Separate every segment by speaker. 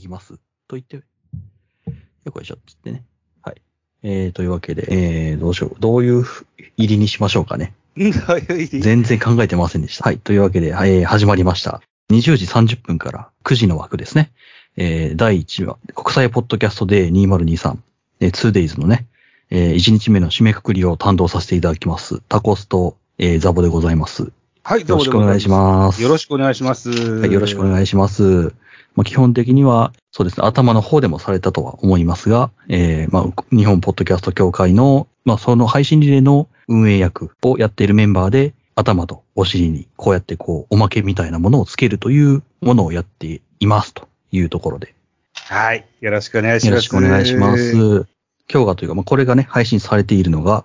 Speaker 1: きます。と言って、よこいしょ、つってね。はい。えー、というわけで、えー、どうしよう。どういう入りにしましょうかね。
Speaker 2: どういう入り
Speaker 1: 全然考えてませんでした。はい。というわけで、えー、始まりました。20時30分から9時の枠ですね。えー、第1話、国際ポッドキャストデー2023、えー、2days のね、えー、1日目の締めくくりを担当させていただきます。タコスと、えー、ザボでございます。
Speaker 2: はい、
Speaker 1: よろしくお願いします。
Speaker 2: よろしくお願いします。
Speaker 1: はい、よろしくお願いします。まあ、基本的には、そうですね、頭の方でもされたとは思いますが、えー、まあ、日本ポッドキャスト協会の、まあ、その配信リレーの運営役をやっているメンバーで、頭とお尻に、こうやってこう、おまけみたいなものをつけるというものをやっています、というところで。
Speaker 2: はい、よろしくお願いします。
Speaker 1: よろしくお願いします。今日がというか、まあ、これがね、配信されているのが、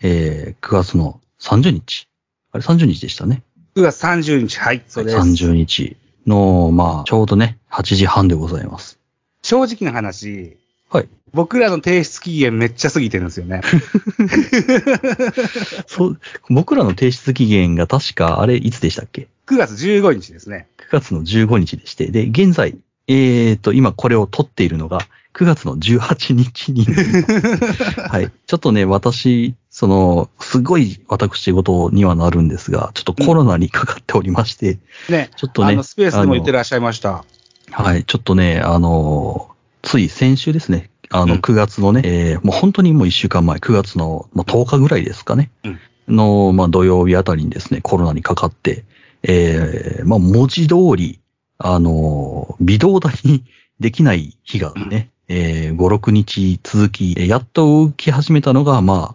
Speaker 1: えー、9月の30日。あれ30日でしたね。
Speaker 2: 9月30日、はい、
Speaker 1: そうです。30日の、まあ、ちょうどね、8時半でございます。
Speaker 2: 正直な話。
Speaker 1: はい。
Speaker 2: 僕らの提出期限めっちゃ過ぎてるんです よね。
Speaker 1: そう、僕らの提出期限が確か、あれ、いつでしたっけ
Speaker 2: ?9 月15日ですね。
Speaker 1: 9月の15日でして、で、現在、えっ、ー、と、今これを撮っているのが、9月の18日に。 はい。ちょっとね、私、その、すごい私事にはなるんですが、ちょっとコロナにかかっておりまして、
Speaker 2: うん、ね、
Speaker 1: ちょっとね、あの
Speaker 2: スペースでも言ってらっしゃいました。
Speaker 1: はい、ちょっとね、あの、つい先週ですね、あの、9月のね、うん、えー、もう本当にもう1週間前、9月の、まあ、10日ぐらいですかね、うん、の、まあ、土曜日あたりにですね、コロナにかかって、えー、まあ、文字通り、あの、微動だにできない日がね、えー、5、6日続き、やっと浮き始めたのが、まあ、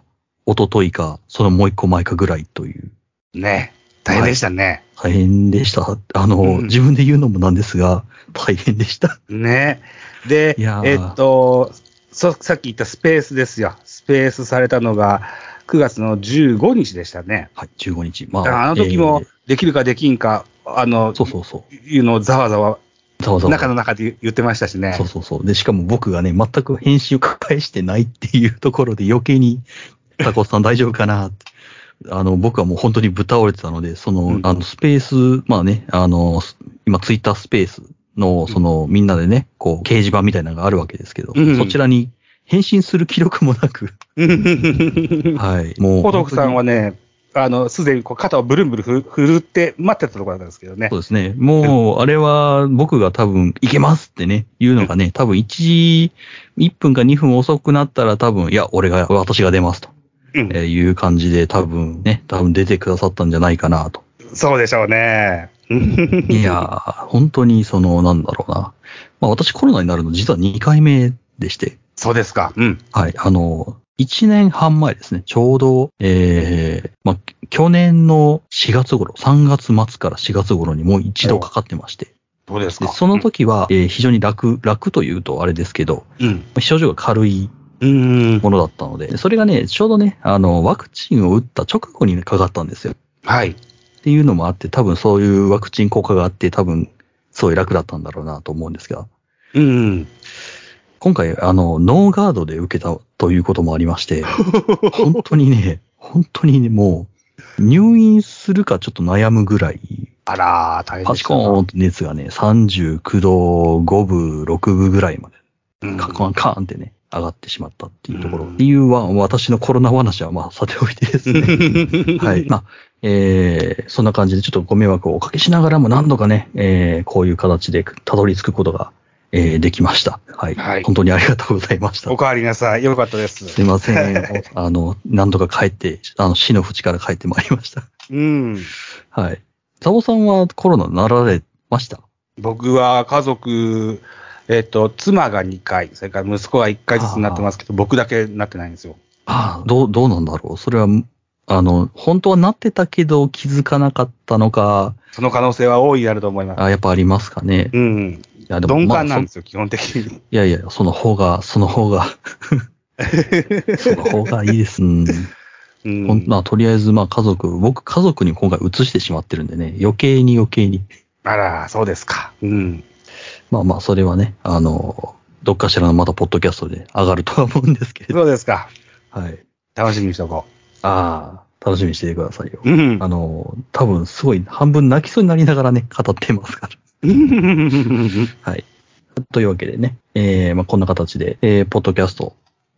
Speaker 1: 一昨日か、そのもう一個前かぐらいという。
Speaker 2: ね大変でしたね、
Speaker 1: はい。大変でした。あの、うん、自分で言うのもなんですが、大変でした。
Speaker 2: ねで、えー、っとそ、さっき言ったスペースですよ。スペースされたのが、9月の15日でしたね。
Speaker 1: はい、15日。
Speaker 2: まあ、あの時も、できるかできんか、えー、あの、
Speaker 1: そうそうそう。
Speaker 2: いうのをざわざわ
Speaker 1: そうそう。
Speaker 2: 中の中で言ってましたしね。
Speaker 1: そうそうそう。で、しかも僕がね、全く編集を返してないっていうところで余計に、タコさん大丈夫かなって。あの、僕はもう本当にぶた折れてたので、その、うん、あの、スペース、まあね、あの、今ツイッタースペースの、その、みんなでね、こう、掲示板みたいなのがあるわけですけど、うんうん、そちらに返信する記録もなく。 はい。
Speaker 2: もう。ポトフさんはね、あの、すでにこう肩をブルンブル振るって待ってたところなんですけどね。
Speaker 1: そうですね。もう、あれは僕が多分、いけますってね、言うのがね、多分1時、1分か2分遅くなったら多分、いや、俺が、私が出ますと、うん、えー、いう感じで多分ね、多分出てくださったんじゃないかなと。
Speaker 2: そうでしょうね。
Speaker 1: いやー、本当にその、なんだろうな。まあ私コロナになるの実は2回目でして。
Speaker 2: そうですか。うん。
Speaker 1: はい。あの、一年半前ですね、ちょうど、ええー、まあ、去年の4月頃、3月末から4月頃にもう一度かかってまして。
Speaker 2: どうですか
Speaker 1: その時は、うん、えー、非常に楽、楽というとあれですけど、
Speaker 2: うん、
Speaker 1: 症状が軽いものだったので、それがね、ちょうどね、あの、ワクチンを打った直後にかかったんですよ。
Speaker 2: はい。って
Speaker 1: いうのもあって、多分そういうワクチン効果があって、多分、そういう楽だったんだろうなと思うんですが。
Speaker 2: うん。
Speaker 1: 今回、あの、ノーガードで受けたということもありまして、本当にね、本当にね、もう、入院するかちょっと悩むぐらい。
Speaker 2: あらー、大変
Speaker 1: パチコーンと熱がね、39度5分、6分ぐらいまで、カコンカーンってね、上がってしまったっていうところ。理由は、私のコロナ話はまあ、さ ておいてですね。 はい。まあ、えー、そんな感じでちょっとご迷惑をおかけしながらも何度かね、えー、こういう形でたどり着くことがえー、できました、はい。はい。本当にありがとうございました。
Speaker 2: おかわりなさい。よかったです。
Speaker 1: すいませ ん。あの、何度か帰って、あの、死の淵から帰ってまいりました。
Speaker 2: うん。
Speaker 1: はい。ザボさんはコロナなられました
Speaker 2: 僕は家族、えっ、ー、と、妻が2回、それから息子は1回ずつになってますけど、僕だけなってないんですよ。
Speaker 1: ああ、どう、どうなんだろう。それは、あの、本当はなってたけど気づかなかったのか。
Speaker 2: その可能性は大いにあると思います。
Speaker 1: あやっぱありますかね。
Speaker 2: うん。いやでも鈍感なんですよ、まあ、基本的に。
Speaker 1: いやいや、その方が、その方 がその方がいいです。うん。うん、まあ、とりあえず、まあ、家族、僕、家族に今回移してしまってるんでね、余計に余計に。
Speaker 2: あら、そうですか。うん。
Speaker 1: まあまあ、それはね、あの、どっかしらのまた、ポッドキャストで上がるとは思うんですけど。
Speaker 2: そうですか。
Speaker 1: はい。
Speaker 2: 楽しみにしとこ
Speaker 1: う。ああ。楽しみにしててくださいよ。
Speaker 2: うん、
Speaker 1: あの、多分 すごい半分泣きそうになりながらね、語ってますから。。
Speaker 2: はい
Speaker 1: というわけでね、えーまあ、こんな形で、えー、ポッドキャスト、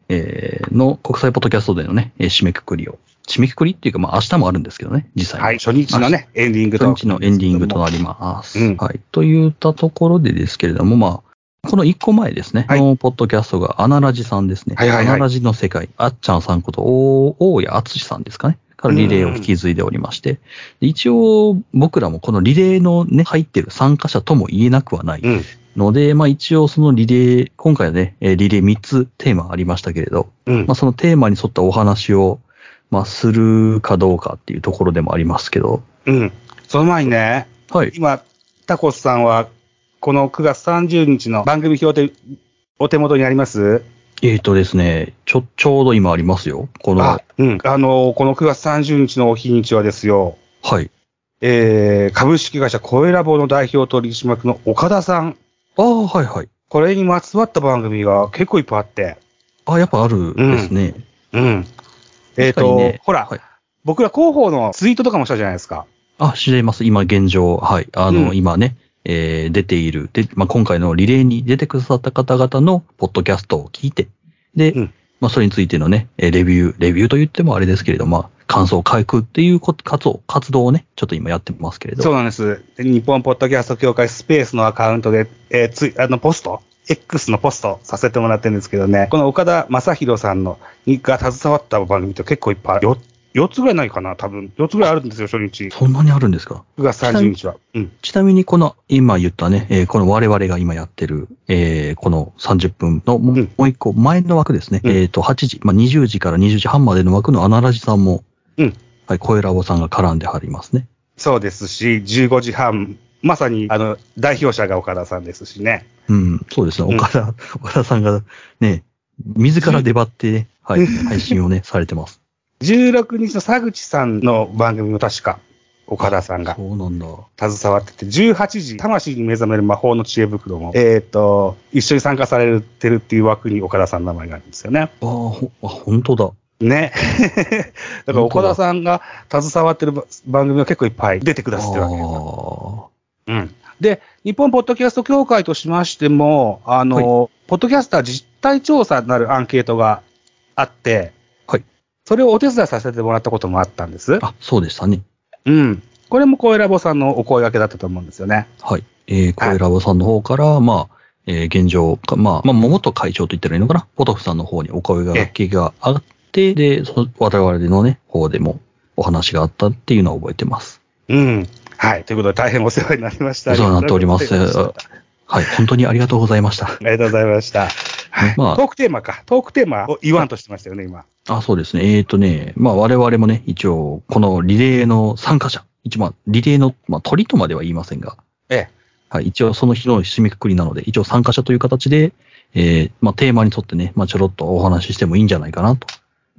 Speaker 1: えー、の、国際ポッドキャストでのね、えー締めくくりを。締めくくりっていうか、まあ明日もあるんですけどね、実際に。
Speaker 2: はい、初日のね、エンディング
Speaker 1: 土
Speaker 2: と。
Speaker 1: 日のエンディングとなります。
Speaker 2: うん
Speaker 1: はい。といったところでですけれども、まあ、この一個前ですね、
Speaker 2: はい
Speaker 1: のポッドキャストがアナラジさんですね。
Speaker 2: はいはいはい
Speaker 1: アナラジの世界、あっちゃんさんこと、お大谷敦さんですかね。からリレーを引き継いでおりまして、で一応僕らもこのリレーのね、入ってる参加者とも言えなくはない
Speaker 2: うん。
Speaker 1: ので、まあ一応そのリレー、今回はね、えーリレー3つテーマありましたけれど、
Speaker 2: うん
Speaker 1: まあ、。そのテーマに沿ったお話を、まあ、するかどうかっていうところでもありますけど、
Speaker 2: うん。その前にね、
Speaker 1: はい。
Speaker 2: 今、タコスさんは、この9月30日の番組表で、お手元にあります
Speaker 1: えっ、とですね、ちょ、ちょうど今ありますよ。この、
Speaker 2: あ、うん。あの、この9月30日の日にちはですよ、
Speaker 1: はい。
Speaker 2: えー、株式会社コエラボの代表取締役の岡田さん。
Speaker 1: ああ、はいはい。
Speaker 2: これにまつわった番組が結構いっぱいあって。
Speaker 1: あやっぱあるですね。
Speaker 2: うん。え
Speaker 1: 確
Speaker 2: っ、
Speaker 1: か
Speaker 2: と、
Speaker 1: にね
Speaker 2: ほら、
Speaker 1: はい
Speaker 2: 僕ら広報のツイートとかもしたじゃないですか。
Speaker 1: あ、知ります。今現状、はい。あの、
Speaker 2: うん
Speaker 1: 今ね、えー出ている。で、まあ、今回のリレーに出てくださった方々の、ポッドキャストを聞いて、で、
Speaker 2: うん
Speaker 1: まあ、それについてのね、えーレビュー、レビューと言ってもあれですけれど、まあ、感想を書くっていうこ活動、活動をね、ちょっと今やってますけれど。
Speaker 2: そうなんです。で日本ポッドキャスト協会スペースのアカウントで、えーつい、あの、ポスト、X のポストさせてもらってるんですけどね、この岡田正宏さんの、にが携わった番組って結構いっぱい、よ4つぐらいないかな、多分。4つぐらいあるんですよ、初日。
Speaker 1: そんなにあるんですか
Speaker 2: 9月30日は。うん。
Speaker 1: ちなみにこの今言ったね、えーこの我々が今やってる、えーこの30分のも,、
Speaker 2: う
Speaker 1: うんもう一個前の枠ですね。
Speaker 2: うん
Speaker 1: えっ、と、8時、まあ、20時から20時半までの枠のアナラジさんも、
Speaker 2: うん
Speaker 1: はい、小枝尾さんが絡んではりますね。
Speaker 2: そうですし、15時半、まさに、あの、代表者が岡田さんですしね。
Speaker 1: うん、そうです
Speaker 2: う
Speaker 1: ね。
Speaker 2: ん
Speaker 1: 岡田、 岡田さんがね、自ら出張ってね、はい、配信をね、 されてます。
Speaker 2: 16日の佐口さんの番組も確か、岡田さんが
Speaker 1: そうなんだ。
Speaker 2: 携わってて、18時、魂に目覚める魔法の知恵袋も、えっ、と、一緒に参加されてるっていう枠に岡田さんの名前があるんですよね。
Speaker 1: あーほあ、本当だ。
Speaker 2: ね。だか
Speaker 1: 本
Speaker 2: ら
Speaker 1: 当
Speaker 2: 岡
Speaker 1: だ
Speaker 2: 田さんが携わってるば番組が結構いっぱい出てくださってるわけですよ。うん。で、日本ポッドキャスト協会としましても、あの、ポッドキャスター実態調査なるアンケートがあって、
Speaker 1: はい。
Speaker 2: それをお手伝いさせてもらったこともあったんです。
Speaker 1: あーあ、そうでしたね。
Speaker 2: うん。これも小ラボさんのお声掛けだったと思うんですよね。
Speaker 1: はい。えー、小ラボさんの方から、まあ、えー現状か、まあ、まあ、元会長と言ったらいいのかな、ポトフさんの方にお声がけがあって、で、その我々のね、方でもお話があったっていうのは覚えてます。
Speaker 2: うん。はい。ということで大変お世話になりまし
Speaker 1: お
Speaker 2: た。
Speaker 1: 世話になっております。
Speaker 2: ありがとうござい
Speaker 1: はい、本当にありがとうございました。
Speaker 2: ありがとうございました。はい。
Speaker 1: まあ
Speaker 2: トークテーマか。トークテーマを言わんとしてましたよね、今。
Speaker 1: あ、そうですね。えっ、とね、まあ我々もね、一応、このリレーの参加者、一番、リレーの、まあ鳥とまでは言いませんが、
Speaker 2: え
Speaker 1: はい、一応その日の締めくくりなので、一応参加者という形で、えーまあテーマに沿ってね、まあちょろっとお話ししてもいいんじゃないかなと、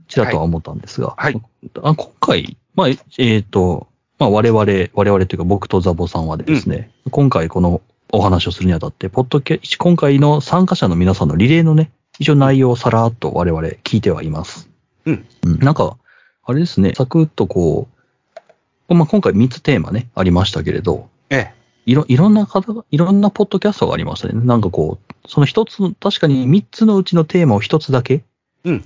Speaker 1: ちらっとは思ったんですが、
Speaker 2: はい
Speaker 1: あ今回、まあ、えっ、と、まあ我々、我々というか僕とザボさんはですね、今回このお話をするにあたって、ポッドキャ、今回の参加者の皆さんのリレーのね、一応内容をさらっと我々聞いてはいます。
Speaker 2: うん。
Speaker 1: なんか、あれですね、サクッとこう、まあ、今回3つテーマね、ありましたけれど、
Speaker 2: ええ。
Speaker 1: いろ、いろんな方が、いろんなポッドキャストがありましたね。なんかこう、その一つの、確かに3つのうちのテーマを1つだけ
Speaker 2: うん。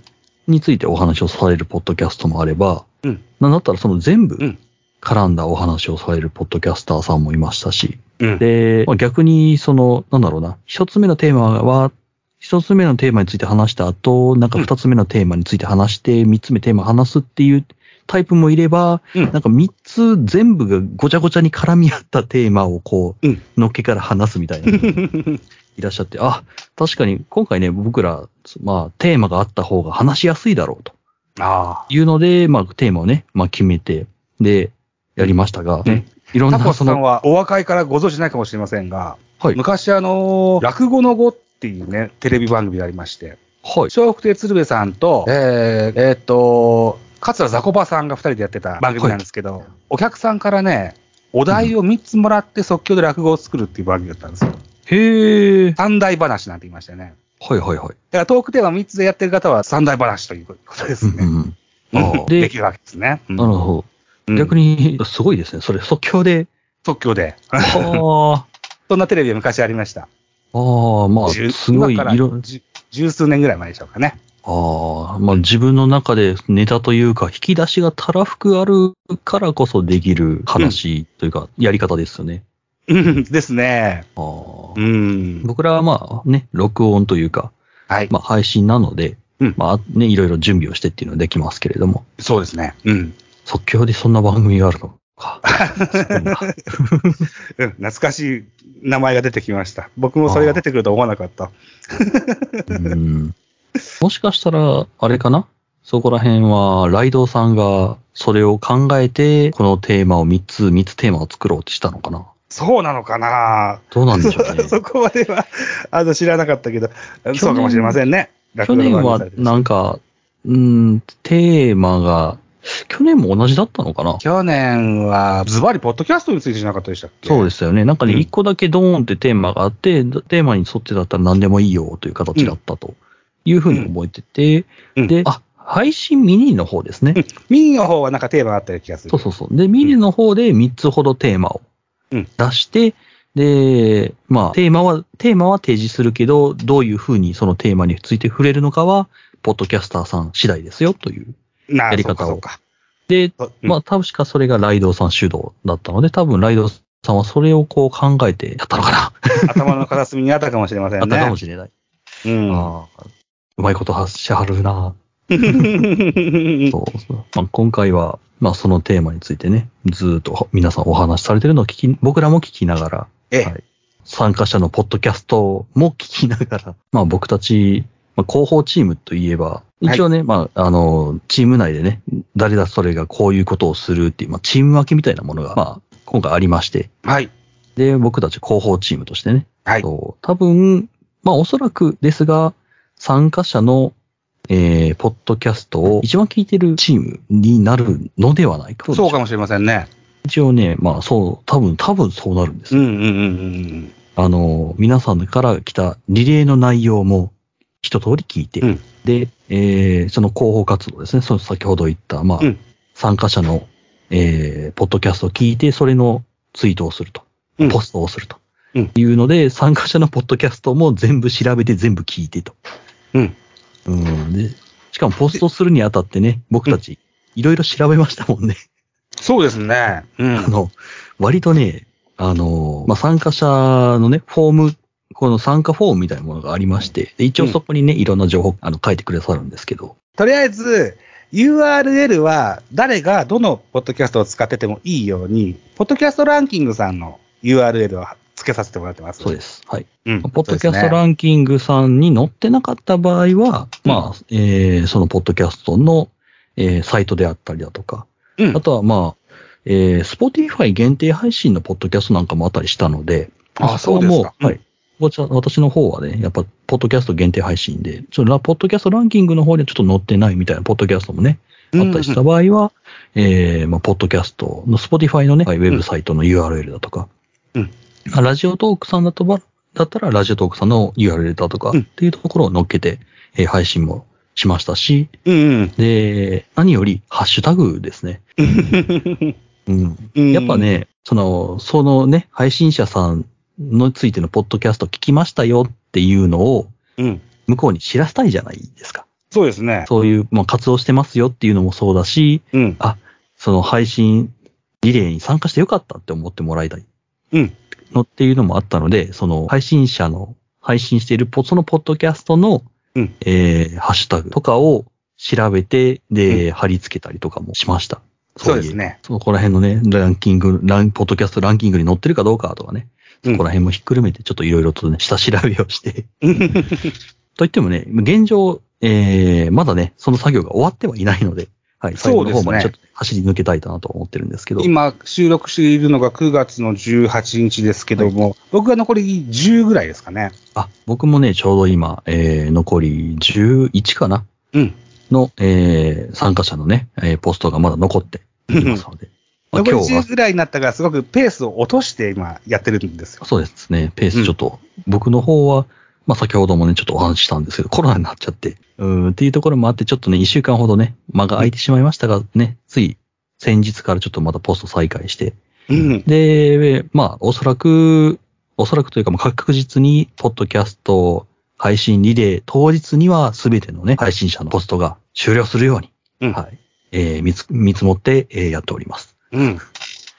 Speaker 1: についてお話をされるポッドキャストもあれば、
Speaker 2: うん
Speaker 1: なんだったらその全部
Speaker 2: うん
Speaker 1: 絡んだお話をされるポッドキャスターさんもいましたし、
Speaker 2: うん。
Speaker 1: で、まあ、逆に、その、なんだろうな、一つ目のテーマは、一つ目のテーマについて話した後、なんか
Speaker 2: うん
Speaker 1: 二つ目のテーマについて話して、三つ目テーマ話すっていうタイプもいれば、
Speaker 2: うん
Speaker 1: なんか三つ全部がごちゃごちゃに絡み合ったテーマをこう、
Speaker 2: うん
Speaker 1: のっけから話すみたいな のがいらっしゃって、あ、確かに今回ね、僕ら、まあ、テーマがあった方が話しやすいだろうと。
Speaker 2: あ
Speaker 1: いうので、まあ、テーマをね、まあ、決めて、で、やりましたが、
Speaker 2: うん
Speaker 1: いろ
Speaker 2: あ。
Speaker 1: ん
Speaker 2: タコ
Speaker 1: な、
Speaker 2: ス
Speaker 1: そ
Speaker 2: さん
Speaker 1: の、
Speaker 2: はお若いからご存知ないかもしれませんが、
Speaker 1: はい、
Speaker 2: 昔あのー落語の語っていうね、テレビ番組がありまして、
Speaker 1: はい、
Speaker 2: 笑福亭鶴瓶さんと、えーえーっと、桂ザコバさんが2人でやってた番組なんですけど、お客さんからね、お題を3つもらって即興で落語を作るっていう番組だったんですよ。
Speaker 1: へえ。
Speaker 2: 三大話なんて言いましたよね。
Speaker 1: はいはいはい。
Speaker 2: だからトークテーマ3つでやってる方は三大話ということです
Speaker 1: う
Speaker 2: ね。
Speaker 1: んうん
Speaker 2: うん
Speaker 1: ああ
Speaker 2: で
Speaker 1: で
Speaker 2: きるわけですね。
Speaker 1: なるほど。逆
Speaker 2: に。
Speaker 1: に、すごい ですね。それ、即興で。
Speaker 2: 即興で。
Speaker 1: は
Speaker 2: そんなテレビは昔ありました。
Speaker 1: あ。ああ、まあ、
Speaker 2: 十
Speaker 1: すごい
Speaker 2: 今から
Speaker 1: 色、
Speaker 2: 十十数年ぐらい前でしょうかね。
Speaker 1: ああ、まあ自分の中でネタというか、引き出しがたらふくあるからこそできる話というか、やり方ですよね。
Speaker 2: うん ですね。
Speaker 1: あ
Speaker 2: う
Speaker 1: あ
Speaker 2: ん。
Speaker 1: 僕らはまあね、録音というか、
Speaker 2: はい。
Speaker 1: まあ配信なので、
Speaker 2: うん
Speaker 1: まあね、いろいろ準備をしてっていうのはできますけれども、
Speaker 2: そうですね。うん。
Speaker 1: 即興でそんな番組があるのか。そうなんだ
Speaker 2: うん。懐かしい名前が出てきました。僕もそれが出てくると思わなかった。
Speaker 1: うんもしかしたら、あれかなそこら辺は、ライドウさんがそれを考えて、このテーマを3つ、3つテーマを作ろうとしたのかな
Speaker 2: そうなのかな
Speaker 1: どうなんでしょうね
Speaker 2: 。そこまでは、あの、知らなかったけど、そうかもしれませんね。
Speaker 1: 去年は
Speaker 2: 落語の番組されてるし
Speaker 1: なんか、うん、テーマが、去年も同じだったのかな
Speaker 2: 去年は、ズバリ、ポッドキャストについてしなかったでしたっけ。
Speaker 1: そうですすよね。なんかね、
Speaker 2: うん
Speaker 1: 1個だけドーンってテーマがあって、テーマに沿ってだったら何でもいいよという形だったというふうに覚えてて、
Speaker 2: うん
Speaker 1: で、あ、配信ミニの方ですね。
Speaker 2: ミニの方はなんかテーマがあったような気がする。
Speaker 1: そうそうそう。で、ミニの方で3つほどテーマを
Speaker 2: うん
Speaker 1: 出して、で、まあ、テーマは、テーマは提示するけど、どういうふうにそのテーマについて触れるのかは、ポッドキャスターさん次第ですよ、という。
Speaker 2: なあ
Speaker 1: やり方を
Speaker 2: そうか
Speaker 1: で、
Speaker 2: そうか。そうん
Speaker 1: まあ、確かそれがライドウさん主導だったので、多分ライドウさんはそれをこう考えてやったのかな、
Speaker 2: 頭の片隅にあったかもしれませんね。
Speaker 1: あったかもしれない。
Speaker 2: うん。
Speaker 1: ああうまいこと発しはるな そうそうまあ、今回は、まあ、そのテーマについてね、ずーっと皆さんお話しされてるのを聞き、僕らも聞きながら、
Speaker 2: ええ
Speaker 1: はい参加者のポッドキャストも聞きながら、 まあ僕たち、まあ、広報チームといえば、一応ね、まあ、あの、チーム内でね、誰だそれがこういうことをするっていう、まあ、チーム分けみたいなものが、まあ、今回ありまして、
Speaker 2: はい。
Speaker 1: で、僕たち広報チームとしてね、
Speaker 2: はい。
Speaker 1: そう多分、まあおそらくですが、参加者の、えー、ポッドキャストを一番聞いてるチームになるのではないか。
Speaker 2: そうかもしれませんね。
Speaker 1: 一応ね、まあそう、多分、多分そうなるんです
Speaker 2: うんうんうんうん
Speaker 1: あの、皆さんから来たリレーの内容も一通り聞いて、
Speaker 2: うん
Speaker 1: で、えーその広報活動ですね、その先ほど言った、まあ、
Speaker 2: うん
Speaker 1: 参加者の、えーポッドキャストを聞いて、それのツイートをすると、
Speaker 2: うん。
Speaker 1: ポストをすると。
Speaker 2: うん
Speaker 1: いうので、参加者のポッドキャストも全部調べて、全部聞いてと。
Speaker 2: うん。
Speaker 1: うん。で、しかもポストするにあたってね、僕たち、いろいろ調べましたもんね。
Speaker 2: そうですね。う
Speaker 1: あ
Speaker 2: ん。
Speaker 1: の、割とね、あの、まあ、参加者のね、フォーム、この参加フォームみたいなものがありまして、で一応そこにね、いろんな情報、あの、書いてくださるんですけど、
Speaker 2: とりあえず、URL は誰がどのポッドキャストを使っててもいいように、ポッドキャストランキングさんの URL を付けさせてもらってます。
Speaker 1: そうです。はい。
Speaker 2: うん。
Speaker 1: ポッドキャスト
Speaker 2: ン
Speaker 1: ランキングさんに載ってなかった場合は、
Speaker 2: うん
Speaker 1: まあ、えーそのポッドキャストの、えーサイトであったりだとか、
Speaker 2: キン
Speaker 1: あとはまあ、えー、Spotify 限定配信のポッドキャストなんかもあったりしたので、
Speaker 2: あ
Speaker 1: こは
Speaker 2: そうです
Speaker 1: も
Speaker 2: か
Speaker 1: う、はい。こちら私の方はね、やっぱ、ポッドキャスト限定配信で、ちょっとラポッドキャストランキングの方でちょっと載ってないみたいなポッドキャストもね、あったりした場合は、えー、まあ、ポッドキャストの Spotify のね、はいウェブサイトの URL だとか、
Speaker 2: うん
Speaker 1: まあラジオトークさんだとば、だったら、ラジオトークさんの URL だとか、
Speaker 2: うん
Speaker 1: っていうところを乗っけて、えー配信もしましたし、
Speaker 2: うんうん。
Speaker 1: で、何より、ハッシュタグですね。うん。
Speaker 2: うん
Speaker 1: やっぱ、ね、その、そのね、配信者さんのついてのポッドキャスト聞きましたよっていうのを、
Speaker 2: うん。
Speaker 1: 向こうに知らせたいじゃないですか。
Speaker 2: そうですね。
Speaker 1: そういう、まあ、活動してますよっていうのもそうだし、
Speaker 2: うん。
Speaker 1: その配信リレーに参加してよかったって思ってもらいたい
Speaker 2: うん。
Speaker 1: のっていうのもあったので、その配信者の、配信しているポ、そのポッドキャストの、
Speaker 2: うん
Speaker 1: えー、ハッシュタグとかを調べて、で、貼り付けたりとかもしました。
Speaker 2: そう
Speaker 1: いえ
Speaker 2: ですね。
Speaker 1: そこら辺のね、ランキング、ラン、ポッドキャストランキングに載ってるかどうかとかね、
Speaker 2: うん
Speaker 1: そこら辺もひっくるめて、ちょっといろいろとね、下調べをして。
Speaker 2: うん
Speaker 1: といってもね、現状、えー、まだね、その作業が終わってはいないので、はい、最後の方までち
Speaker 2: そ
Speaker 1: ょ
Speaker 2: う
Speaker 1: っ
Speaker 2: で
Speaker 1: と走り抜けたいなと思ってるんですけど、
Speaker 2: 今、収録しているのが9月の18日ですけども、僕が残り10ぐらいですかね。
Speaker 1: あ、僕もね、ちょうど今、えー、残り11かな
Speaker 2: うん。
Speaker 1: の、えー、参加者のね、えー、ポストがまだ残っていますので、まあ、
Speaker 2: 残り
Speaker 1: 今日は
Speaker 2: 10ぐらいになったから、すごくペースを落として今やってるんですよ。
Speaker 1: そうですね、ペースちょっと、僕の方は、まあ先ほどもね、ちょっとお話ししたんですけど、コロナになっちゃって、うーん、っていうところもあって、ちょっとね、一週間ほどね、間が空いてしまいましたがね、つい先日からちょっとまたポスト再開して、
Speaker 2: うん。
Speaker 1: で、まあ、おそらく、おそらくというかもう確実に、ポッドキャスト配信リレー当日には全てのね、配信者のポストが終了するように、
Speaker 2: うん
Speaker 1: はい、えー見つ、見積もって、えーやっております。
Speaker 2: うん。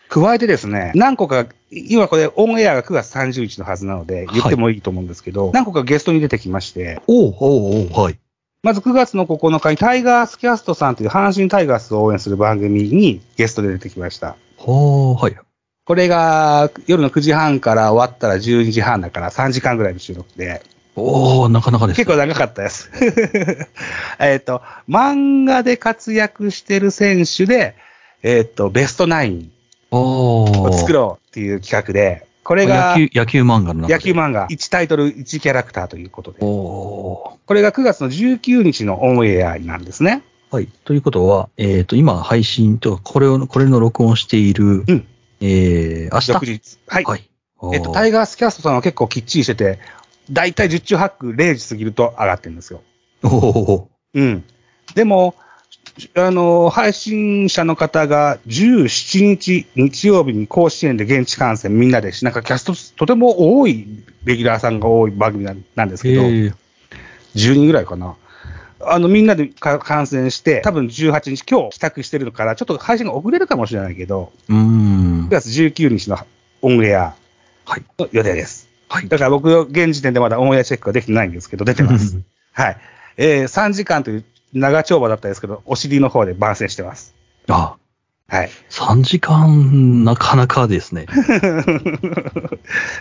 Speaker 2: 加えてですね、何個か、今これオンエアが9月30日のはずなので、言ってもいいと思うんですけど、何個かゲストに出てきまして、
Speaker 1: おうおうおう、はい。
Speaker 2: まず9月の9日にタイガースキャストさんという阪神タイガースを応援する番組にゲストで出てきました。
Speaker 1: ほー、はい。
Speaker 2: これが夜の9時半から終わったら12時半だから3時間ぐらいの収録で、
Speaker 1: おー、なかなかです。
Speaker 2: 結構長かったです。 えっと、漫画で活躍してる選手で、えっ、と、ベストナイン
Speaker 1: おー。
Speaker 2: を作ろうっていう企画で、これが
Speaker 1: 野球、野球漫画の中で。
Speaker 2: 野球漫画1タイトル1キャラクターということで、
Speaker 1: おー。
Speaker 2: これが9月の19日のオンエアなんですね。
Speaker 1: はい。ということは、えっ、と、今、配信と、これを、これの録音している、
Speaker 2: うん
Speaker 1: えー、明日。
Speaker 2: 翌日。はい。
Speaker 1: はい。
Speaker 2: えっと、タ
Speaker 1: イ
Speaker 2: イガースキャストさんは結構きっちりしてて、だいたい10中8区0時過ぎると上がってるんですよ。
Speaker 1: おー
Speaker 2: うん。でも、あの、配信者の方が17日日曜日に甲子園で現地観戦みんなでし、なんかキャストとても多い、レギュラーさんが多い番組なんなんですけど、
Speaker 1: えー、
Speaker 2: 10人ぐらいかな。あの、みんなでか観戦して、多分18日、今日帰宅してるから、ちょっと配信が遅れるかもしれないけど、
Speaker 1: うーん
Speaker 2: 9。月19日のオンエア
Speaker 1: はい。
Speaker 2: の予定です。
Speaker 1: はい。
Speaker 2: だから僕、現時点でまだオンエアチェックができてないんですけど、出て ます。はい。えー、3時間という長丁場だったんですけど、お尻の方で番宣してます。
Speaker 1: あ、
Speaker 2: はい。
Speaker 1: 3時間、なかなかですね。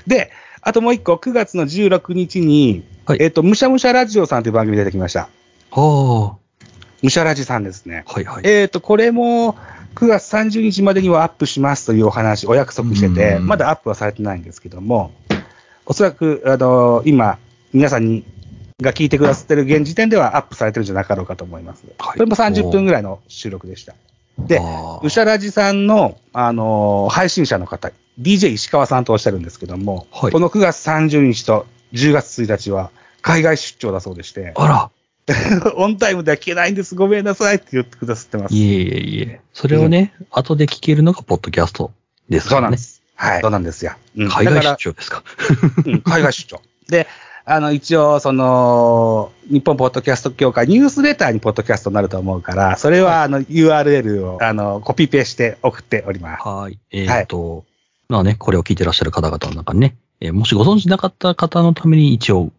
Speaker 2: で、あともう一個、9月の16日に、
Speaker 1: はい
Speaker 2: えっ、と、むしゃむしゃラジオさんという番組出てきました。
Speaker 1: は
Speaker 2: むしゃラジさんですね。
Speaker 1: あ。はいはい。
Speaker 2: えっ、と、これも9月30日までにはアップしますというお話、お約束してて、
Speaker 1: うん
Speaker 2: まだアップはされてないんですけども、おそらく、あの、今、皆さんに、が聞いてくださってる現時点ではアップされてるんじゃなかろうかと思います。
Speaker 1: はい
Speaker 2: これも30分ぐらいの収録でした。で、
Speaker 1: あー
Speaker 2: うしゃらじさんの、あの配信者の方、DJ 石川さんとおっしゃるんですけども、
Speaker 1: はい
Speaker 2: この9月30日と10月1日は海外出張だそうでして、
Speaker 1: あら、
Speaker 2: オンタイムでは聞けないんです、ごめんなさいって言ってくださってます。
Speaker 1: いえいえいえ。それをね、後で聞けるのが、ポッドキャストです
Speaker 2: そ
Speaker 1: か
Speaker 2: うな
Speaker 1: ら
Speaker 2: んで
Speaker 1: ね。
Speaker 2: す。はい。そうなんですよ。うん
Speaker 1: 海外
Speaker 2: だ
Speaker 1: 出
Speaker 2: か
Speaker 1: 張ですか。
Speaker 2: らうん 海外出張。で、あの、一応、その、日本ポッドキャスト協会、ニュースレターにポッドキャストになると思うから、それは、あの、URL を、あの、コピペして送っております。
Speaker 1: はい。えっ、と、まあね、これを聞いてらっしゃる方々の中にね、えーもしご存知なかった方のために一応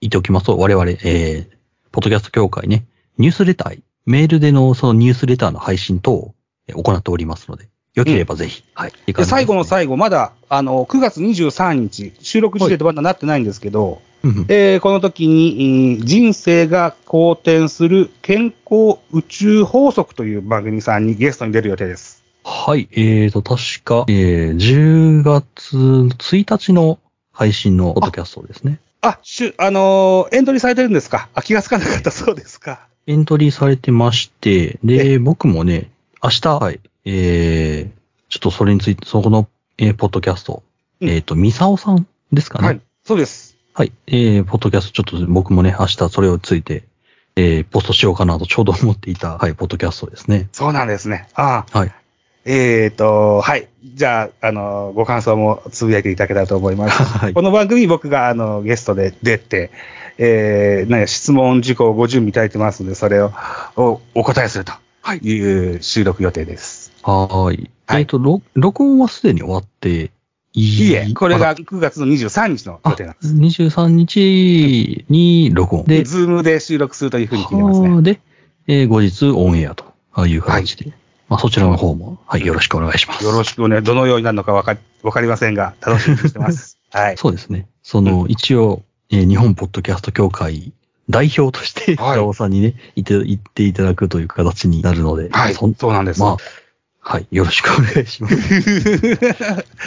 Speaker 1: 言っておきますと、我々、えー、ポッドキャスト協会ね、ニュースレター、メールでのそのニュースレターの配信等をえー行っておりますので、よければぜひ、はい。理解
Speaker 2: で
Speaker 1: の
Speaker 2: 最後の最後、まだ、あの、9月23日、収録時点でまだなってないんですけど、
Speaker 1: うんうん
Speaker 2: えーこの時に、えー人生が好転する健康宇宙法則という番組さんにゲストに出る予定です。
Speaker 1: はい。えーと、確か、えー、10月1日の配信のポッドキャストですね。
Speaker 2: あ、しゅ、あのーエントリーされてるんですかあ、気がつかなかったそうですか。
Speaker 1: エントリーされてまして、で、僕もね、明日、はい、えー、ちょっとそれについて、そこの、えー、ポッドキャスト、
Speaker 2: うん
Speaker 1: えっ、と、ミサオさんですかね。
Speaker 2: は
Speaker 1: はい
Speaker 2: い。。そうです。
Speaker 1: はい。えー、ポッドキャスト、ちょっと僕もね、明日それをついて、えー、ポストしようかなとちょうど思ってい た、はい、ポッドキャストですね。
Speaker 2: そうなんですね。ああ
Speaker 1: はい。
Speaker 2: えっ、と、はい。じゃあ、あのーご感想もつぶやいていただけたらと思いま す。
Speaker 1: はい
Speaker 2: こ。の番組僕が、あの、ゲストで出て、えー、なんや質問事項をご準備いただいてますので、それを、お、お答えするという収録予定です。
Speaker 1: はーい。
Speaker 2: はい
Speaker 1: えっ、と、ろ録音はすでに終わってい
Speaker 2: いいえ、これ
Speaker 1: あ
Speaker 2: が9月の23日の予
Speaker 1: あ
Speaker 2: 定なんです。
Speaker 1: 23日に録音。
Speaker 2: で、ズームで収録するというふうに聞いてますね。
Speaker 1: はーで、えー後日オンエアという形で、まあ、そちらの方も、はい、よろしくお願いします。
Speaker 2: よろ
Speaker 1: し
Speaker 2: しくお願い、どのようになるのかわか、わかりませんが、楽しみにして ます。はい。
Speaker 1: そうですね。その、一応、えー日本ポッドキャスト協会代表として、
Speaker 2: はい
Speaker 1: 北尾さんにね、いて、行っていただくという形になるので、
Speaker 2: はい。
Speaker 1: そ
Speaker 2: そ
Speaker 1: ん
Speaker 2: うなんです。
Speaker 1: まあ、はい、よろしくお願いします。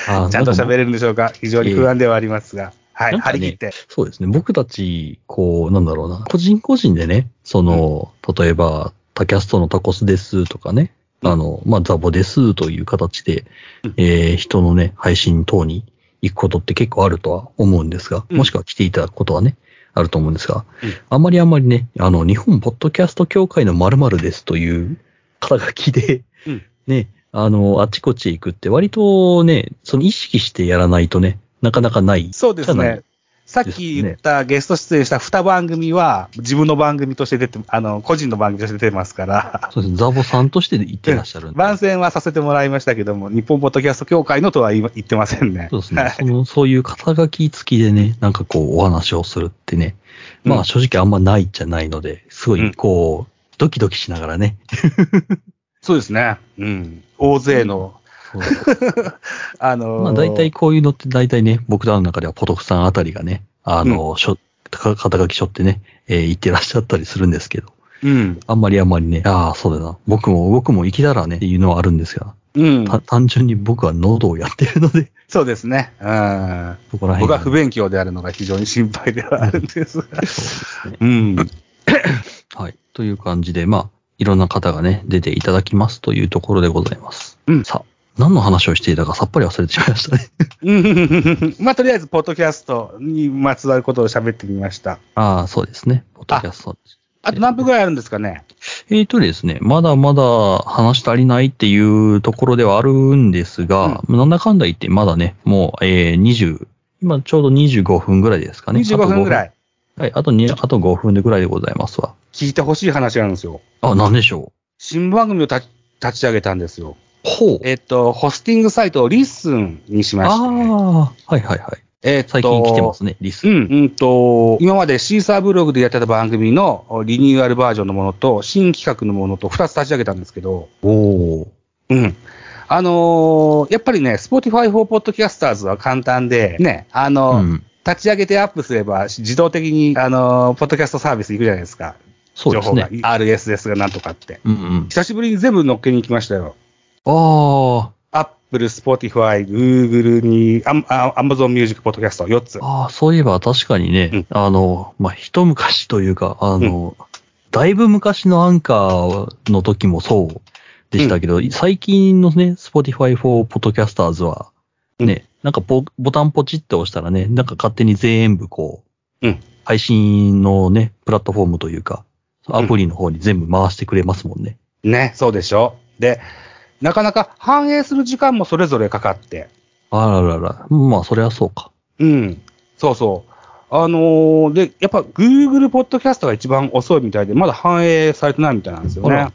Speaker 1: あー
Speaker 2: ちゃんと
Speaker 1: な
Speaker 2: 喋
Speaker 1: んか
Speaker 2: れるんでしょうか非常に不安ではありますが。はい。
Speaker 1: なんか
Speaker 2: 張
Speaker 1: ね
Speaker 2: り切って。
Speaker 1: そうですね。僕たち、こう、なんだろうな、個人個人でね、その、例えば、タキャストのタコスですとかね、
Speaker 2: うん
Speaker 1: あの、まあ、ザボですという形で、
Speaker 2: うん
Speaker 1: えー人のね、配信等に行くことって結構あるとは思うんですが、
Speaker 2: うん
Speaker 1: もしくは来ていただくことはね、あると思うんですが、
Speaker 2: うん
Speaker 1: あんまりあんまりね、あの、日本ポッドキャスト協会の〇〇ですという肩書きで、
Speaker 2: うん
Speaker 1: ね、あの、あっちこっちへ行くって割とね、その意識してやらないとね、なかなかない。
Speaker 2: そうです
Speaker 1: じゃない
Speaker 2: ね。。さっき言ったゲスト出演した2番組は、自分の番組として出て、あの、個人の番組として出てま すから、
Speaker 1: そうですね。ザボさんとして言ってらっしゃるんで。
Speaker 2: 番宣はさせてもらいましたけども、日本ポッドキャスト協会のとは言い言ってませんね。
Speaker 1: そうですね。その、そういう肩書き付きでね、なんかこう、お話をするってね、ま
Speaker 2: う
Speaker 1: あ
Speaker 2: ん
Speaker 1: 正直あんまないじゃないので、すご
Speaker 2: う
Speaker 1: い
Speaker 2: ん
Speaker 1: こう、ドキドキしながらね、
Speaker 2: そうですね。うん。大勢の、あのー
Speaker 1: まあ大体こういうのって大体ね、僕らの中ではポトフさんあたりがね、あの、しょか肩書きしょってね、えー言ってらっしゃったりするんですけど、
Speaker 2: うん。
Speaker 1: あんまりあんまりね、ああ、そうだな、僕も僕も生きたらねっていうのはあるんですが、
Speaker 2: うん。
Speaker 1: た単純に僕は喉をやってるので、
Speaker 2: そうですね。うん。
Speaker 1: そこら辺
Speaker 2: 僕は不勉強であるのが非常に心配ではあるんですが。
Speaker 1: そうですね。
Speaker 2: うん。
Speaker 1: はい。という感じで、まあ、いろんな方がね、出ていただきますというところでございます。
Speaker 2: うん
Speaker 1: さあ、何の話をしていたかさっぱり忘れてしまいましたね。
Speaker 2: うんまあ、とりあえず、ポッドキャストにまつわることを喋ってみました。
Speaker 1: ああ、そうですね。ポッドキャスト。
Speaker 2: あと何分ぐらいあるんですかね
Speaker 1: えっ、とですね、まだまだ話足りないっていうところではあるんですが、なんだかんだ言ってまだね、もう、えー、20、今ちょうど25分ぐらいですかね。
Speaker 2: ?25 分ぐら
Speaker 1: い。
Speaker 2: い。
Speaker 1: はい、あとにあと5分でぐらいでございますわ。
Speaker 2: 聞いてほしい話なんですよ。
Speaker 1: あ、なんでしょ
Speaker 2: 新番組を立ち立ち上げたんですよ。
Speaker 1: う。ほう。
Speaker 2: えっと、ホスティングサイトをリッスンにしま
Speaker 1: あ
Speaker 2: して。
Speaker 1: あ、はいはいはい。
Speaker 2: えっと
Speaker 1: 最近来てますね、リス。
Speaker 2: うん、うんと、今までシーサーブログでやってた番組のリニューアルバージョンのものと、新企画のものと2つ立ち上げたんですけど、
Speaker 1: おお
Speaker 2: うん。あのーやっぱりね、Spotify for Podcasters は簡単で、ね、あ
Speaker 1: ー。
Speaker 2: の、
Speaker 1: うん。
Speaker 2: 立ち上げてアップすれば、自動的に、あのーポッドキャストサービス行くじゃないですか。
Speaker 1: そうですね。
Speaker 2: 情報が。RS ですが、なんとかって。
Speaker 1: うんうん。
Speaker 2: 久しぶりに全部乗っけに行きましたよ。
Speaker 1: あ
Speaker 2: アップル、スポティファイ、グーグルに、アマゾンミュージック、ポッドキャスト4つ
Speaker 1: あ、。ああ、そういえば確かにね、
Speaker 2: うん
Speaker 1: あの、まあ、一昔というか、あの、だいぶ昔のアンカーの時もそうでしたけど、最近のね、Spotify for Podcasters は、ね、なんかボボタンポチって押したらね、なんか勝手に全部こう、
Speaker 2: うん
Speaker 1: 配信のね、プラットフォームというか、アプリの方に全部回してくれますもんね。
Speaker 2: ね、そうでしょ。で、なかなか反映する時間もそれぞれかかって。
Speaker 1: あらららら、まあ、それはそうか。
Speaker 2: うん。そうそう。あのーで、やっぱ Google ポッドキャストが一番遅いみたいで、まだ反映されてないみたいなんですよ
Speaker 1: あ
Speaker 2: ね
Speaker 1: ら。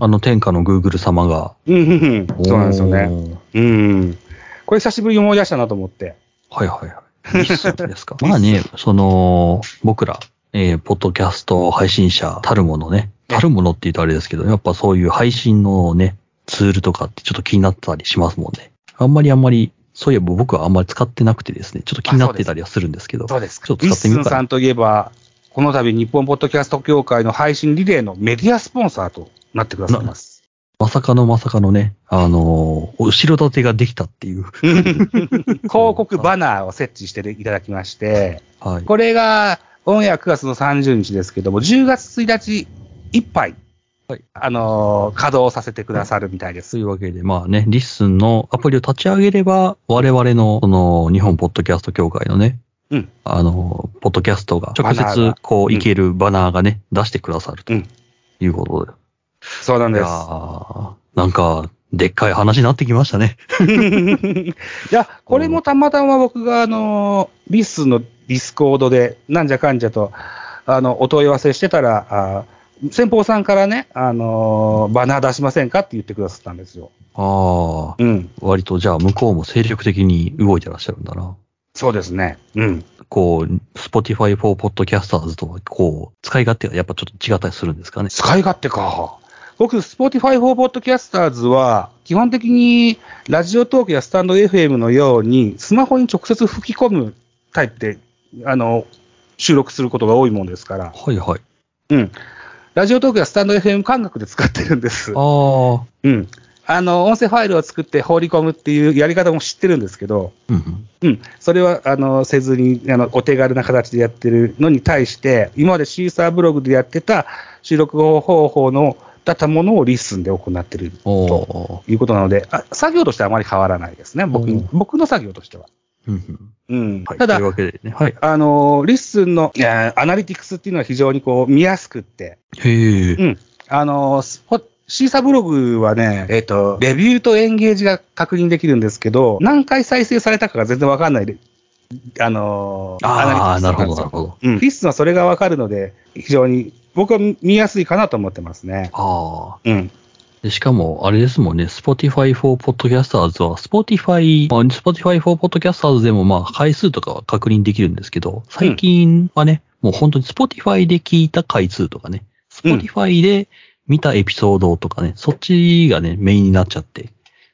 Speaker 1: あの天下の Google 様が。
Speaker 2: うん、うんうん、そうなんですよね。
Speaker 1: ね。
Speaker 2: うん。これ久しぶりに思い出したなと思って。
Speaker 1: はいはいはい。リッスンですか。 まあね、その、僕ら、えー、ポッドキャスト配信者たるものね、たるものって言うとあれですけど、やっぱそういう配信のね、ツールとかってちょっと気になったりしますもんね。あんまりあんまり、そういえば僕はあんまり使ってなくてですね、ちょっと気になってたりはするんですけど、
Speaker 2: そうです
Speaker 1: ちょっと
Speaker 2: リッ
Speaker 1: 使って
Speaker 2: ス
Speaker 1: みよう
Speaker 2: ン
Speaker 1: か
Speaker 2: さんといえば、この度日本ポッドキャスト協会の配信リレーのメディアスポンサーとなってくださいます。
Speaker 1: まさかのまさかのね、あのー後ろ盾ができたっていう。
Speaker 2: 広告バナーを設置していただきまして、
Speaker 1: はい。
Speaker 2: これがオンエア9月の30日ですけども、10月1日いっぱい、
Speaker 1: はい
Speaker 2: あのー稼働させてくださるみたいです。
Speaker 1: というわけで、まあね、リッスンのアプリを立ち上げれば、我々の、その、日本ポッドキャスト協会のね、
Speaker 2: うん
Speaker 1: あの、ポッドキャストが、直
Speaker 2: バナー
Speaker 1: 接
Speaker 2: が、
Speaker 1: こう、
Speaker 2: うん
Speaker 1: いけるバナーがね、出してくださると
Speaker 2: うん
Speaker 1: いうことで。
Speaker 2: そうなん
Speaker 1: い
Speaker 2: で
Speaker 1: や
Speaker 2: す。
Speaker 1: ーなんか、でっかい話になってきましたね。
Speaker 2: いや、これもたまたま僕が、あのー、リスのディスコードで、なんじゃかんじゃと、あの、お問い合わせしてたら、あー先方さんからね、あのーバナー出しませんかって言ってくださったんですよ。
Speaker 1: ああ、
Speaker 2: うん。
Speaker 1: 割とじゃあ、向こうも精力的に動いてらっしゃるんだな。
Speaker 2: そうですね。うん。
Speaker 1: こう、Spotify for Podcasters とは、こう、使い勝手がやっぱちょっと違ったりするんですかね。
Speaker 2: 使い勝手か。僕、Spotify for Podcasters は、基本的に、ラジオトークやスタンド FM のように、スマホに直接吹き込むタイプで、あの、収録することが多いもんですから。
Speaker 1: はいはい。
Speaker 2: うん。ラジオトークやスタンド FM 感覚で使ってるんです。
Speaker 1: ああ、
Speaker 2: うん。あの、音声ファイルを作って放り込むっていうやり方も知ってるんですけど、
Speaker 1: うんうん。
Speaker 2: うん。それは、あの、せずに、あの、お手軽な形でやってるのに対して、今までシーサーブログでやってた収録方法の、だったものをリッスンで行ってると
Speaker 1: おー。
Speaker 2: いうことなので、あ作業としてはあまり変わらないですね。僕
Speaker 1: うん
Speaker 2: 僕の作業としては。
Speaker 1: うんうん
Speaker 2: うん。
Speaker 1: はい、
Speaker 2: ただ
Speaker 1: という、わけでね。はい。
Speaker 2: あの、リッスンの、えーアナリティクスっていうのは非常にこう、見やすくって、
Speaker 1: へえ。
Speaker 2: うん。あの、スポ、シーサブログはね、えっ、と、レビューとエンゲージが確認できるんですけど、何回再生されたかが全然わかんないで、あのー
Speaker 1: あ
Speaker 2: ア
Speaker 1: あ、
Speaker 2: ナ
Speaker 1: な
Speaker 2: リ
Speaker 1: るほど、なんる
Speaker 2: ティクスですよ
Speaker 1: ほど。
Speaker 2: うん。フィスはそれがわかるので、非常に僕は見やすいかなと思ってますね。
Speaker 1: ああ。
Speaker 2: うん。
Speaker 1: でしかも、あれですもんね、Spotify for Podcasters は、Spotify、まあ、Spotify for Podcasters でも、まあ、回数とかは確認できるんですけど、最近はね、もう本当に Spotify で聞いた回数とかね、
Speaker 2: うん
Speaker 1: Spotify で見たエピソードとかね、そっちがね、メインになっちゃって、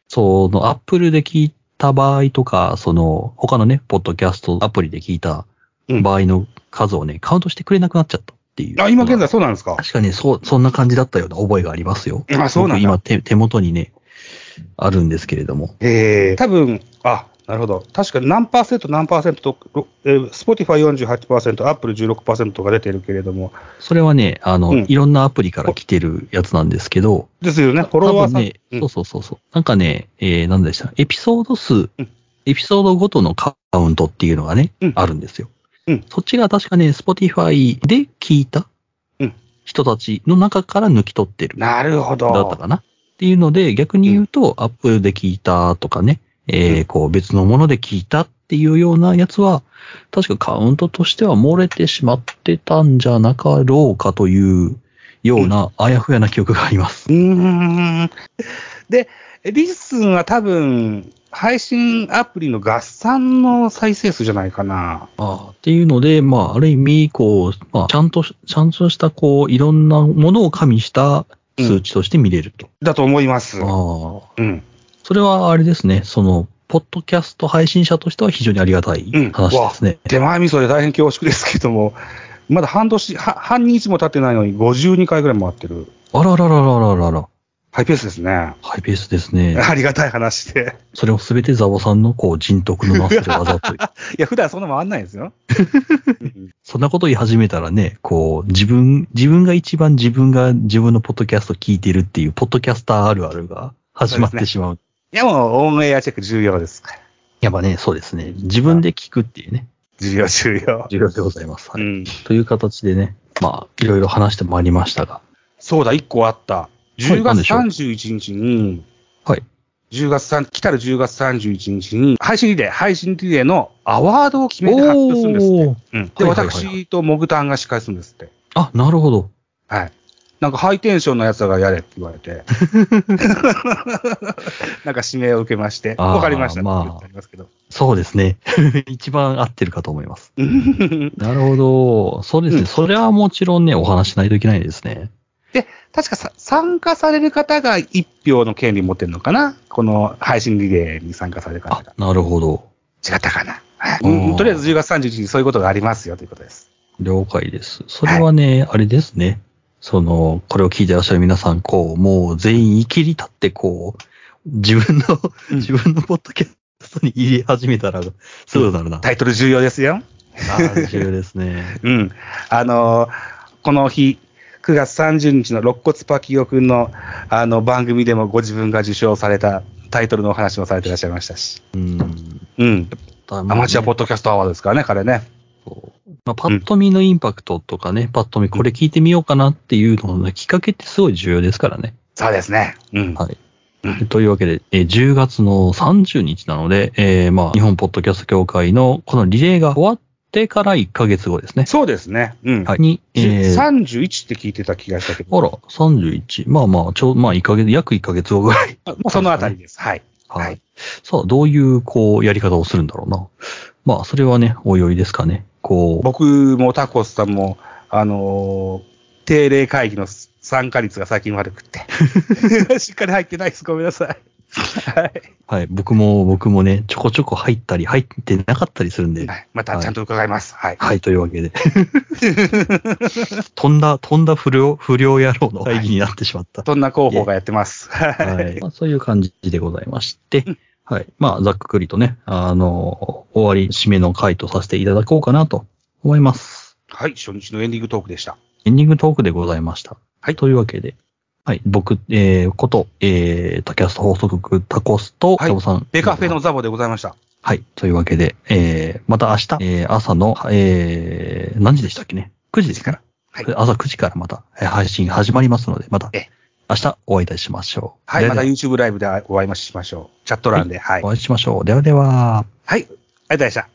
Speaker 1: その、Apple で聞いた場合とか、その、他のね、ポッドキャストアプリで聞いた場合の数をね、カウントしてくれなくなっちゃったっていう。
Speaker 2: あ、今現在そうなんですか
Speaker 1: 確かにそう、そんな感じだったような覚えがありますよ。
Speaker 2: あそうなんだ
Speaker 1: 僕今手、手元にね、あるんですけれども。
Speaker 2: ええ多分、あ、なるほど。確かに何パーセント何パーセントと、えー Spotify48%、Apple16% とか出てるけれども、
Speaker 1: それはね、あの、
Speaker 2: うん
Speaker 1: いろんなアプリから来てるやつなんですけど、
Speaker 2: ですよね、フォ
Speaker 1: 多
Speaker 2: ロワー
Speaker 1: 分
Speaker 2: さん。
Speaker 1: ね、
Speaker 2: うん
Speaker 1: そうそうそうそう。なんかね、えー、なんでしたエピソード数、
Speaker 2: うん
Speaker 1: エピソードごとのカウントっていうのがね、
Speaker 2: うん
Speaker 1: あるんですよ。
Speaker 2: うん
Speaker 1: そっちが確かね、Spotify で聞いた
Speaker 2: うん
Speaker 1: 人たちの中から抜き取ってる。
Speaker 2: なるほ
Speaker 1: だった
Speaker 2: ど。
Speaker 1: かな。っていうので、逆に言うと、アップルで聞いたとかね、え
Speaker 2: う
Speaker 1: ー、こう別のもので聞いたっていうようなやつは、確かカウントとしては漏れてしまってたんじゃなかろうかというような、あやふやな記憶があります。
Speaker 2: うーん。で、リッスンは多分、配信アプリの合算の再生数じゃないかな。
Speaker 1: ああっていうので、まあ、ある意味、こう、まあ、ちゃんとし、ちゃんとした、こう、いろんなものを加味した数値として見れると。
Speaker 2: だと思います。
Speaker 1: ああ。
Speaker 2: うん。
Speaker 1: それは、あれですね、その、ポッドキャスト配信者としては非常にありがたい
Speaker 2: うん。
Speaker 1: 話ですね
Speaker 2: わ。手前味噌で大変恐縮ですけども、まだ半年、は半日も経ってないのに52回ぐらい回ってる。
Speaker 1: あららららららら。
Speaker 2: ハイペースですね。
Speaker 1: ハイペースですね。
Speaker 2: ありがたい話で。
Speaker 1: それをすべてザボさんのこう人徳のなせる技 という。
Speaker 2: いや、普段そんな回んないですよ。うん
Speaker 1: そんなこと言い始めたらね、こう自分、自分が一番自分が自分のポッドキャストを聞いてるっていう、ポッドキャスターあるあるが始まっ
Speaker 2: そうで
Speaker 1: てしまう。
Speaker 2: いや、もうオンエアチェック重要ですから。
Speaker 1: やっぱね、そうですね。自分で聞くっていうね、
Speaker 2: 重要、重要。
Speaker 1: 重要でございます。は
Speaker 2: う
Speaker 1: い
Speaker 2: ん。
Speaker 1: という形でね、まあ、いろいろ話してまいりましたが。
Speaker 2: そうだ、1個あった。10月31日に、
Speaker 1: はい。
Speaker 2: 10月3、来たる10月31日に、配信リレー、配信リレーのアワードを決めて発表するんですって。
Speaker 1: おー
Speaker 2: うん。で、
Speaker 1: はいはいはいはい
Speaker 2: 私とモグタンが司会するんですって。
Speaker 1: あ、なるほど。
Speaker 2: はい。なんかハイテンションのやつがやれって言われ て。なんか指名を受けまして、
Speaker 1: あー
Speaker 2: わかりましたって
Speaker 1: まあ
Speaker 2: 言ってありますけど。
Speaker 1: そうですね。 一番合ってるかと思います。
Speaker 2: うん
Speaker 1: なるほど。そうですね。
Speaker 2: うん
Speaker 1: それはもちろんね、お話ししないといけないですね。
Speaker 2: 確かさ参加される方が1票の権利持ってるのかなこの配信リレーに参加される方
Speaker 1: あ
Speaker 2: が。、
Speaker 1: なるほど。
Speaker 2: 違ったかな、はい
Speaker 1: うん
Speaker 2: うんとりあえず10月31日にそういうことがありますよということです。
Speaker 1: 了解です。それはね、あれですね。その、これを聞いてらっしゃる皆さん、こう、もう全員いきり立って、こう、自分 の、
Speaker 2: うん
Speaker 1: 自分のポッドキャストに入れ始めたら、そうなるな。
Speaker 2: タイトル重要ですよ。
Speaker 1: ああ、重要ですね。
Speaker 2: うん。あのーこの日、9月30日の肋骨パキオくんのあの番組でもご自分が受賞されたタイトルのお話もされてらっしゃいましたし。
Speaker 1: うん。
Speaker 2: うん。
Speaker 1: ア
Speaker 2: アマチュアポッドキャストアワードですからね、彼ね。
Speaker 1: まあ、パッと見のインパクトとかね、パッと見これ聞いてみようかなっていうののきっかけってすごい重要ですからね。
Speaker 2: そうですね。うん。
Speaker 1: はい。というわけで、えー10月の30日なので、えーまあ、日本ポッドキャスト協会のこのリレーが終わってから1ヶ月後ですね。
Speaker 2: そうですね。うん。
Speaker 1: はい。に、えー、あら、
Speaker 2: 31って聞いてた気がしたけど、
Speaker 1: 31。まあまあ、ちょう、まあ、1ヶ月、約1ヶ月後ぐらい。
Speaker 2: もうそのあたりです。はい。
Speaker 1: はい。
Speaker 2: はい
Speaker 1: さあ、どういう、こう、やり方をするんだろうな。まあ、それはね、おいおいですかね。こ
Speaker 2: 僕もタコスさんも、あのー定例会議の参加率が最近悪く って。しっかり入ってないです。ごめんなさ い。はい。
Speaker 1: う、はい。僕も、僕もね、ちょこちょこ入ったり、入ってなかったりするんで。
Speaker 2: はいまたちゃんと伺います。はい。
Speaker 1: はい、というわけ で。飛んだ、飛んだ不良、不良野郎の会議になってしまった。
Speaker 2: そんな広報がやってます。は。
Speaker 1: はいい。まあ、そういう感じでございまして、はい。まあ、ざっくりとね、あの、終わり、締めの回とさせていただこうかなと思います。
Speaker 2: はい。初日のエンディングトークでした。
Speaker 1: エンディングトークでございました。
Speaker 2: はい
Speaker 1: というわけで、はい。僕、えー、こと、えー、タキャスト放送局タコスと、
Speaker 2: はい
Speaker 1: サボさん。
Speaker 2: デカフェのザボでございました。
Speaker 1: はい。というわけで、えー、また明日、えー、朝の、えー、何時でしたっけね ?9 時ですか
Speaker 2: はい
Speaker 1: 朝9時からまた、えー配信始まりますので、また
Speaker 2: ええ、
Speaker 1: 明日お会いいたしましょう。
Speaker 2: はい、
Speaker 1: で
Speaker 2: ま
Speaker 1: は
Speaker 2: た
Speaker 1: では
Speaker 2: YouTube ライブでお会いしましょう。チャット欄で。はい。
Speaker 1: お
Speaker 2: はい。
Speaker 1: 会いしましょう。ではでは。
Speaker 2: ありがとうございました。